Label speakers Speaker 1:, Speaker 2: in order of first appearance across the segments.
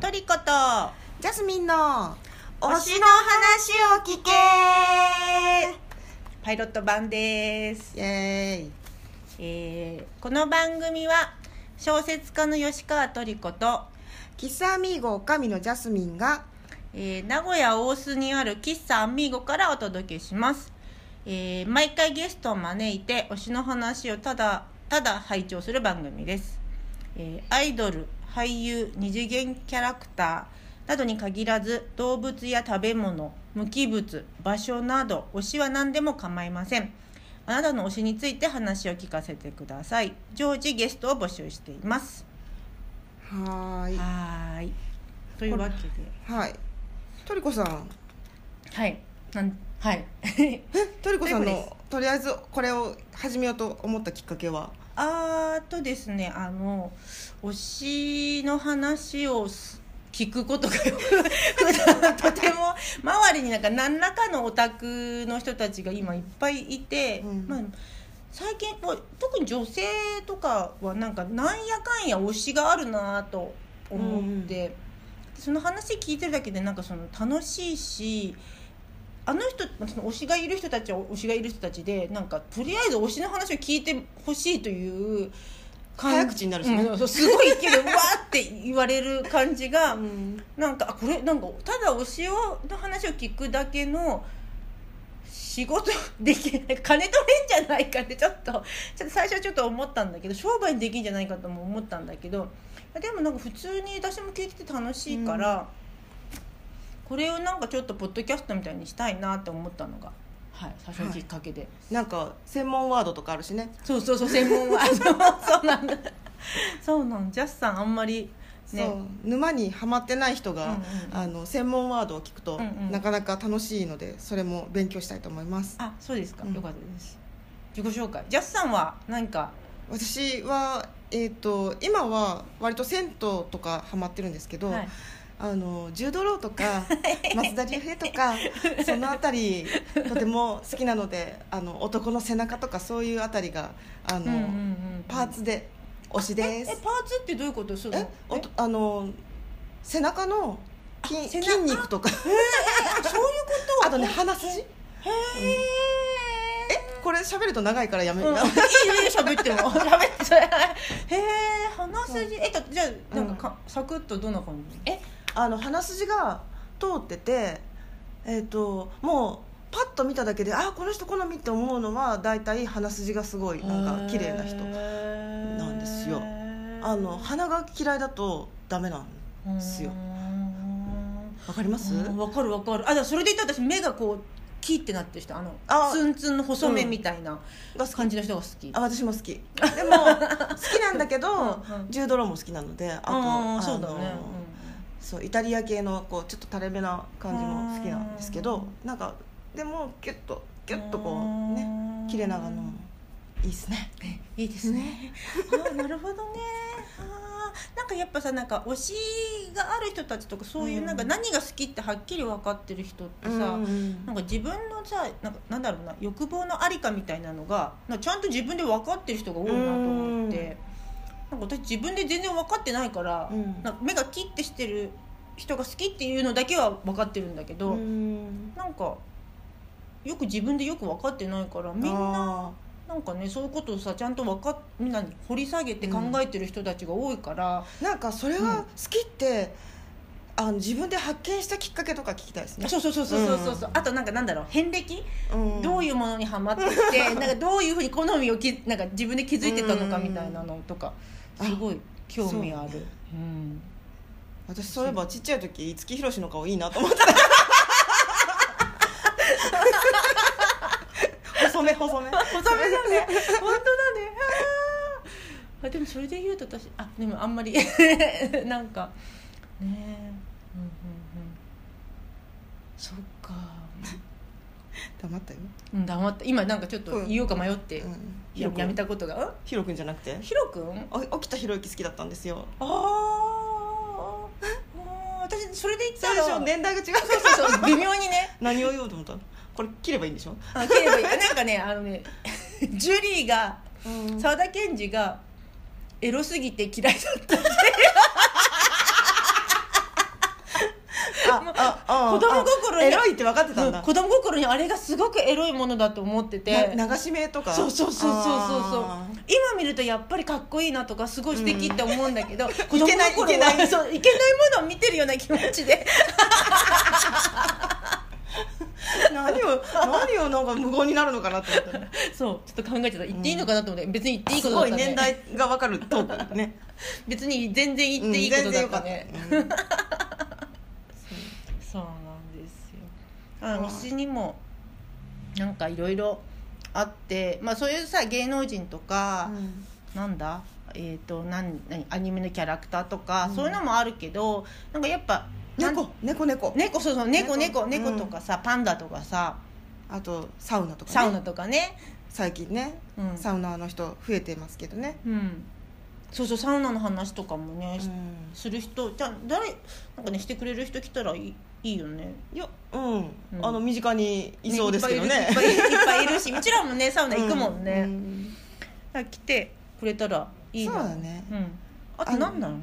Speaker 1: トリコと
Speaker 2: ジャスミンの
Speaker 1: 推しの
Speaker 2: 話を聞け
Speaker 1: パイロット版です、
Speaker 2: イエーイ
Speaker 1: えーこの番組は小説家の吉川トリコと、
Speaker 2: キスアミーゴおかみのジャスミンが
Speaker 1: えー名古屋大須にある喫茶アミーゴからお届けします、えー毎回ゲストを招いて推しの話をただただ拝聴する番組です、えーアイドル俳優二次元キャラクターなどに限らず動物や食べ物無機物場所など推しは何でも構いませんあなたの推しについて話を聞かせてください常時ゲストを募集しています
Speaker 2: はーい
Speaker 1: はーいというわけで
Speaker 2: はいトリコさん
Speaker 1: はいなんはい
Speaker 2: えトリコさん
Speaker 1: トリコで
Speaker 2: のとりあえずこれを始めようと思ったきっかけは
Speaker 1: あーとですねあの推しの話をす聞くことが 普段とても周りになんか何らかのオタクの人たちが今いっぱいいて、
Speaker 2: うん
Speaker 1: まあ、最近こう特に女性とかはなんかなんやかんや推しがあるなと思って、その話聞いてるだけでなんかその楽しいしあの人その推しがいる人たちは推しがいる人たちでなんかとりあえず推しの話を聞いてほしいという感
Speaker 2: 早口になるしね
Speaker 1: うんそうすごいけどわーって言われる感じが
Speaker 2: ん
Speaker 1: なんかあこれなんかただ推しをの話を聞くだけの仕事 できない金取れんじゃないかってちょっとちょっと最初はちょっと思ったんだけど商売にできんじゃないかとも思ったんだけどでもなんか普通に私も聞いてて楽しいから、これをなんかちょっとポッドキャストみたいにしたいなって思ったのが、はい、最初のきっかけで、
Speaker 2: なんか専門ワードとかあるしね
Speaker 1: そうそうそう専門は そうそうなんだそうなんジャスさんあんまりね
Speaker 2: そう沼にはまってない人が、
Speaker 1: うんうんうん
Speaker 2: あの専門ワードを聞くと、
Speaker 1: うんうん
Speaker 2: なかなか楽しいのでそれも勉強したいと思います
Speaker 1: あそうですか、
Speaker 2: うん
Speaker 1: よかったです自己紹介ジャスさんは何か
Speaker 2: 私は、えー、と今は割と銭湯とかハマってるんですけど、
Speaker 1: はい
Speaker 2: あの柔道ロとか松田龍平とかそのあたりとても好きなのであの男の背中とかそういうあたりがあの、パーツで推し
Speaker 1: え
Speaker 2: で
Speaker 1: え
Speaker 2: す。
Speaker 1: パーツってどういうことするの
Speaker 2: えおとあの背中の筋
Speaker 1: 背中
Speaker 2: 筋肉とか
Speaker 1: そういうこと
Speaker 2: あとね鼻筋
Speaker 1: へえ、
Speaker 2: えこれ喋ると長いからやめ、
Speaker 1: うん、いい
Speaker 2: な
Speaker 1: ね喋っても 喋ってそれへえ鼻筋えっとじゃあなんかか、サクッとどんな感じえ
Speaker 2: あの鼻筋が通っててえっ、ともうパッと見ただけであこの人好みって思うのは大体鼻筋がすごいなんか綺麗な人
Speaker 1: なん
Speaker 2: んですよあの鼻が嫌いだとダメなんすよわかります
Speaker 1: うんわかるわかるあだからそれで言ったら私目がこうキーってなってる人あの
Speaker 2: あ
Speaker 1: ツンツンの細目みたいな
Speaker 2: が好き
Speaker 1: 感じの人が好き
Speaker 2: あ私も 好きでも好きなんだけど
Speaker 1: うんうん
Speaker 2: 柔道ロも好きなのであと
Speaker 1: あ
Speaker 2: あ
Speaker 1: ーそうだ
Speaker 2: の
Speaker 1: ね、
Speaker 2: そうイタリア系のこうちょっと垂れ目な感じも好きなんですけどなんかでもキュッとキュッとこうね
Speaker 1: ね
Speaker 2: 切れ長のもいいですね
Speaker 1: いいですね。ああ、なるほどね。ああ、なんかやっぱさ、なんか推しがある人たちとか、そういううんなんか何が好きってはっきり分かってる人ってさ。なんか自分のさなんかなんだろうな欲望のありかみたいなのがなんかちゃんと自分で分かってる人が多いなと思ってなんか私自分で全然分かってないから、
Speaker 2: うん
Speaker 1: なんか目がキッてしてる人が好きっていうのだけは分かってるんだけど、
Speaker 2: うん
Speaker 1: なんかよく自分でよく分かってないからみんな
Speaker 2: あ
Speaker 1: なんかねそういうことをさちゃんと分かっみんなに掘り下げて考えてる人たちが多いから、
Speaker 2: ーなんかそれ
Speaker 1: うん
Speaker 2: は好きってあの自分で発見したきっかけとか聞きたいですね
Speaker 1: そうそうそうそうそうそうそうあとなんかなんだろう遍歴、
Speaker 2: うん
Speaker 1: どういうものにはまってき てなんかどういうふうに好みをきなんか自分で気づいてたのか
Speaker 2: うん
Speaker 1: みたいなのとかすごい興味あるうん
Speaker 2: 私そういえばちっちゃい時五木ひろしの顔いいなと思ってた細め細
Speaker 1: 細
Speaker 2: め
Speaker 1: めだね本当だねあーあでもそれで言うと私あでもあんまり なんかねえ、うんうんうん、そっか
Speaker 2: 黙ったよ、
Speaker 1: うん黙った今なんかちょっと言おうか迷って、
Speaker 2: うん、
Speaker 1: ややめ
Speaker 2: た
Speaker 1: たことが
Speaker 2: ひろくんじゃなくて
Speaker 1: んひろくん
Speaker 2: お沖田ひろゆき好きだったんですよ
Speaker 1: あーあー私それで言った
Speaker 2: 最
Speaker 1: ら
Speaker 2: 初年代が違う
Speaker 1: そうそうそう微妙にね
Speaker 2: 何を言おうと思ったのこれ切ればいいんでしょ
Speaker 1: あ切ればいいなんかねあのねジュリーが
Speaker 2: うん
Speaker 1: 沢田研二がエロすぎて嫌いだったって
Speaker 2: ああ
Speaker 1: 子供心に
Speaker 2: あエロいって分かってたん
Speaker 1: うん
Speaker 2: だ
Speaker 1: 子供心にあれがすごくエロいものだと思ってて
Speaker 2: な流し目とか
Speaker 1: そうそうそうそうそうそう
Speaker 2: あー
Speaker 1: 今見るとやっぱりかっこいいなとかすごい素敵って思うんだけ ど、子
Speaker 2: い
Speaker 1: 供
Speaker 2: けない
Speaker 1: の頃はい
Speaker 2: けない
Speaker 1: そういけないものを見てるような気持ちで
Speaker 2: 何を何をなんか無言になるのかなって思った
Speaker 1: そうちょっと考えてた言っていいのかなと思って、別に言っていいこ
Speaker 2: す
Speaker 1: とだった
Speaker 2: ごい
Speaker 1: ね
Speaker 2: 年代が分かるトークね
Speaker 1: 別に全然言っていいことだったね、
Speaker 2: うん全然よかった
Speaker 1: そうなんですよあ
Speaker 2: はい
Speaker 1: 推しにもなんかいろいろあって、まあ、そういうさ芸能人とか、
Speaker 2: うんうん
Speaker 1: なんだえー、となん何アニメのキャラクターとか、
Speaker 2: うん
Speaker 1: そういうのもあるけどなんかやっぱなん
Speaker 2: 猫猫猫
Speaker 1: 猫そうそう猫
Speaker 2: 猫
Speaker 1: 猫猫とかさ、パンダとかさ
Speaker 2: あとサウナとかね
Speaker 1: サウナとかね、
Speaker 2: 最近ね
Speaker 1: うん
Speaker 2: サウナーの人増えてますけどね
Speaker 1: うん、そうそうサウナの話とかもね、し
Speaker 2: うん
Speaker 1: する人じゃあ誰なんかねしてくれる人来たらいいいいよね
Speaker 2: いやうん
Speaker 1: うん
Speaker 2: あの身近にいそうですけどね
Speaker 1: いっぱいいるいっぱいい るしうちらもねサウナ行くもんね、
Speaker 2: う
Speaker 1: だから
Speaker 2: ん
Speaker 1: 来てくれたらいいな
Speaker 2: そうだね
Speaker 1: うん、あと何なの、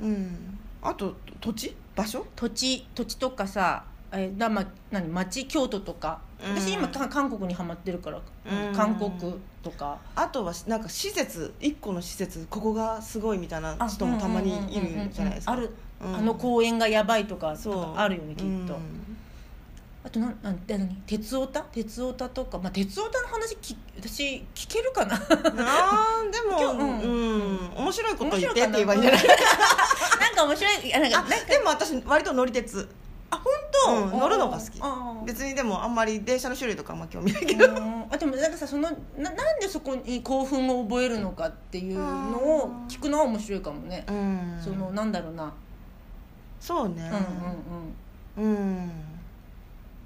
Speaker 1: うん、
Speaker 2: うんあと土地場所
Speaker 1: 土地土地とかさえーだま何町京都とか
Speaker 2: うん
Speaker 1: 私今か韓国にハマってるから、
Speaker 2: うん
Speaker 1: 韓国とか
Speaker 2: あとはなんか施設一個の施設ここがすごいみたいな人もたまにいるじゃないですか
Speaker 1: うんうんうんうんあ
Speaker 2: うん
Speaker 1: る、あの公園がやばいとか
Speaker 2: そう
Speaker 1: なんかあるよねきっと、
Speaker 2: うん
Speaker 1: あとなんなんで何鉄オタ鉄オタとかまあ鉄オタの話き私聞けるかな
Speaker 2: あーでも、
Speaker 1: 今日う
Speaker 2: うんん、面白いこと言ってって
Speaker 1: 面
Speaker 2: 言え
Speaker 1: 白か
Speaker 2: ばいいん
Speaker 1: な
Speaker 2: じゃない
Speaker 1: なんか面白いいやなんか
Speaker 2: あでも私割と乗り鉄
Speaker 1: あ本当、
Speaker 2: うん乗るのが好き
Speaker 1: あー
Speaker 2: 別にでもあんまり電車の種類とかあんま興味ないけど
Speaker 1: うんあでもなんかさそのななんでそこに興奮を覚えるのかっていうのを聞くのは面白いかもね、
Speaker 2: うん
Speaker 1: そのなんだろうな、
Speaker 2: そう
Speaker 1: う
Speaker 2: ね
Speaker 1: ん、うんうん
Speaker 2: うん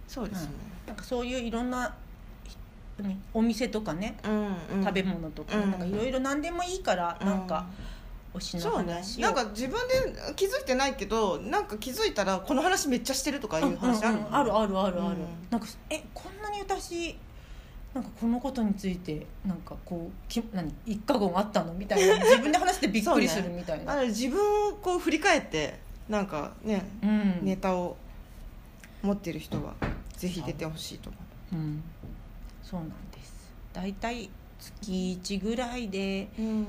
Speaker 2: そうですね、
Speaker 1: なんかそういういろんな何お店とかね
Speaker 2: うんうん
Speaker 1: 食べ物とか、
Speaker 2: うん
Speaker 1: なんかいろいろ何でもいいから、なんか推し
Speaker 2: うん
Speaker 1: の
Speaker 2: そうね
Speaker 1: 話を
Speaker 2: なんか自分で気づいてないけどなんか気づいたらこの話めっちゃしてるとかいう話ある、
Speaker 1: うんうんうんあるあるあるある、
Speaker 2: うん
Speaker 1: なんかえこんなに私なんかこのことについてなんかこうき何一過言あったのみたいな自分で話してびっくりするみたい
Speaker 2: な
Speaker 1: な、
Speaker 2: ので自分をこう振り返ってなんかね
Speaker 1: うん、
Speaker 2: ネタを持ってる人はぜひ出てほしいと思
Speaker 1: うん、そうなんです大体月1ぐらいで
Speaker 2: う、うん、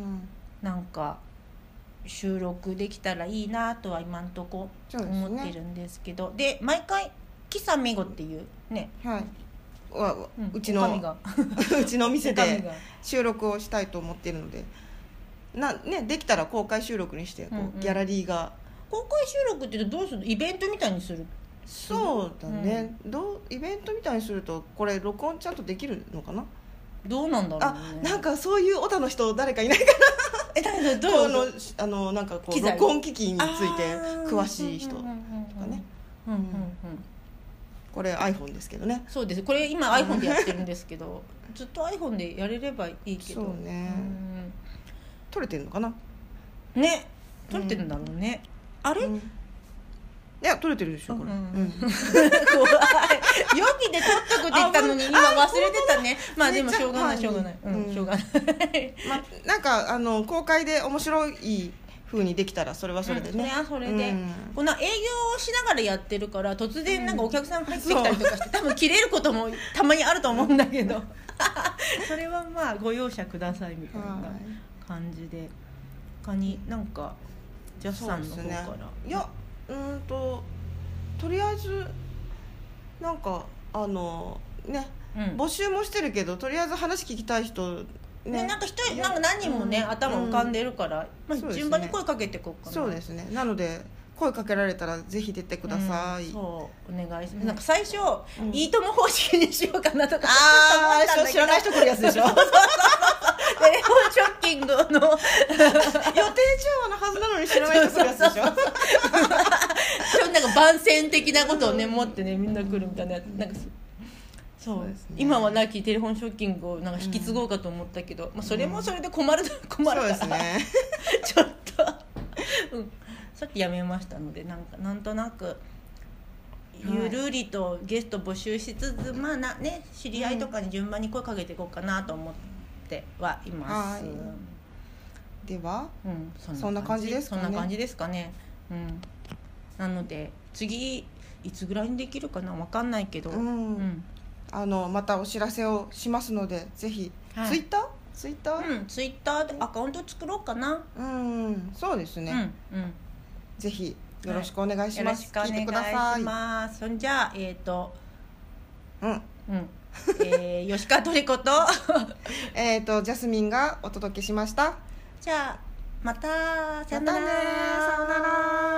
Speaker 1: なんか収録できたらいいなとは今んとこ
Speaker 2: そうですね
Speaker 1: 思ってるんですけどで,、毎回「キサミゴ」っていうね、
Speaker 2: はいわわ
Speaker 1: ん
Speaker 2: うち
Speaker 1: 女将
Speaker 2: の
Speaker 1: が
Speaker 2: うちの店
Speaker 1: 女将
Speaker 2: で
Speaker 1: が
Speaker 2: 収録をしたいと思っているのでな、ね、できたら公開収録にしてこう、
Speaker 1: うんうん
Speaker 2: ギャラリーが
Speaker 1: 公開収録ってどうするのイベントみたいにする
Speaker 2: そうだね、どうイベントみたいにするとこれ録音ちゃんとできるのかな、
Speaker 1: どうなんだろう
Speaker 2: あ
Speaker 1: ね
Speaker 2: なんかそういうオタの人誰かいないか
Speaker 1: えだけどどう
Speaker 2: こ
Speaker 1: いうこと
Speaker 2: のあのなんかこ
Speaker 1: 機
Speaker 2: う
Speaker 1: 材
Speaker 2: 録音機器について
Speaker 1: あー
Speaker 2: 詳しい人
Speaker 1: うん
Speaker 2: と
Speaker 1: うんうんうんうん
Speaker 2: かねうん
Speaker 1: うんうん
Speaker 2: これ iPhone ですけどね
Speaker 1: そうですこれ今 iPhone でやってるんですけど ずっと iPhone でやれればいいけど
Speaker 2: そうね撮れてるのかな
Speaker 1: うんね撮れてるんだろうね、あれ、
Speaker 2: うんいや撮れてるでしょこれ、
Speaker 1: うん
Speaker 2: うん
Speaker 1: 怖い予備で撮っとくって言ったのに今忘れてたねまあでもしょうがない
Speaker 2: めっ
Speaker 1: し
Speaker 2: ちゃ
Speaker 1: ょうがない、う、
Speaker 2: うんん
Speaker 1: しょうがない
Speaker 2: まあ、なんかあの公開で面白い風にできたらそれはそれで
Speaker 1: うんそ
Speaker 2: ね
Speaker 1: れ、はそれで、
Speaker 2: うん
Speaker 1: こんな営業をしながらやってるから突然なんかお客さん入ってきたりとかして、多分切れることもたまにあると思うんだけど それはまあご容赦くださいみたいな
Speaker 2: はい
Speaker 1: 感じで他になんかジャスさんの方から、
Speaker 2: いやうーんととりあえずなんかあのね
Speaker 1: うん
Speaker 2: 募集もしてるけどとりあえず話聞きたい人
Speaker 1: ね、
Speaker 2: ね
Speaker 1: なんか一人なんか何人もね、
Speaker 2: うん
Speaker 1: 頭浮かんでるから、
Speaker 2: うん
Speaker 1: まあ、
Speaker 2: そうですね
Speaker 1: 順番に声かけていこうかな
Speaker 2: そうですすねなので声かけられたらぜひ出てください、
Speaker 1: そうお願いします、
Speaker 2: うん
Speaker 1: なんか最初、
Speaker 2: うん
Speaker 1: いいとも方式にしようかなと か
Speaker 2: あ
Speaker 1: ちょっと思ったんだけ
Speaker 2: あ
Speaker 1: ど
Speaker 2: 知らない人来るやつでしょ 予定
Speaker 1: テレフォンショッキングの
Speaker 2: 調和のはずなのに知らない人来るやつでしょ
Speaker 1: そうなんか番宣的なことをね持ってねみんな来るみたいなやつなんかそそう
Speaker 2: そうですね
Speaker 1: 今はなきテレフォンショッキングをなんか引き継ごうかと思ったけど、まあ、それもそれで困る困る
Speaker 2: そ
Speaker 1: か
Speaker 2: うで
Speaker 1: ら、
Speaker 2: すね
Speaker 1: ちょっと、うん、さっきやめましたのでなんかなんとなくゆるりとゲスト募集しつつ、まあなね知り合いとかに順番に声かけていこうかなと思ってはいます、
Speaker 2: はいでは
Speaker 1: うん、
Speaker 2: そんな感じですかね
Speaker 1: そんな感じですかね。うん、なので次いつぐらいにできるかなわかんないけど、
Speaker 2: うん
Speaker 1: うん
Speaker 2: あのまたお知らせをしますのでぜひ、
Speaker 1: はい
Speaker 2: ツイッターツイッター
Speaker 1: うん、ツイッターでアカウント作ろうかな、
Speaker 2: うん、そうですね、
Speaker 1: うんうん
Speaker 2: ぜひよろしくお願いし
Speaker 1: よろ
Speaker 2: ま
Speaker 1: し
Speaker 2: す、
Speaker 1: くお
Speaker 2: 聞い
Speaker 1: 願い
Speaker 2: てください
Speaker 1: しますそんじゃあえっ、と
Speaker 2: うん
Speaker 1: うん えー、吉川トリコと
Speaker 2: えっ、とジャスミンがお届けしました
Speaker 1: じゃあまたさ
Speaker 2: また
Speaker 1: よ
Speaker 2: ね
Speaker 1: なら
Speaker 2: さよなら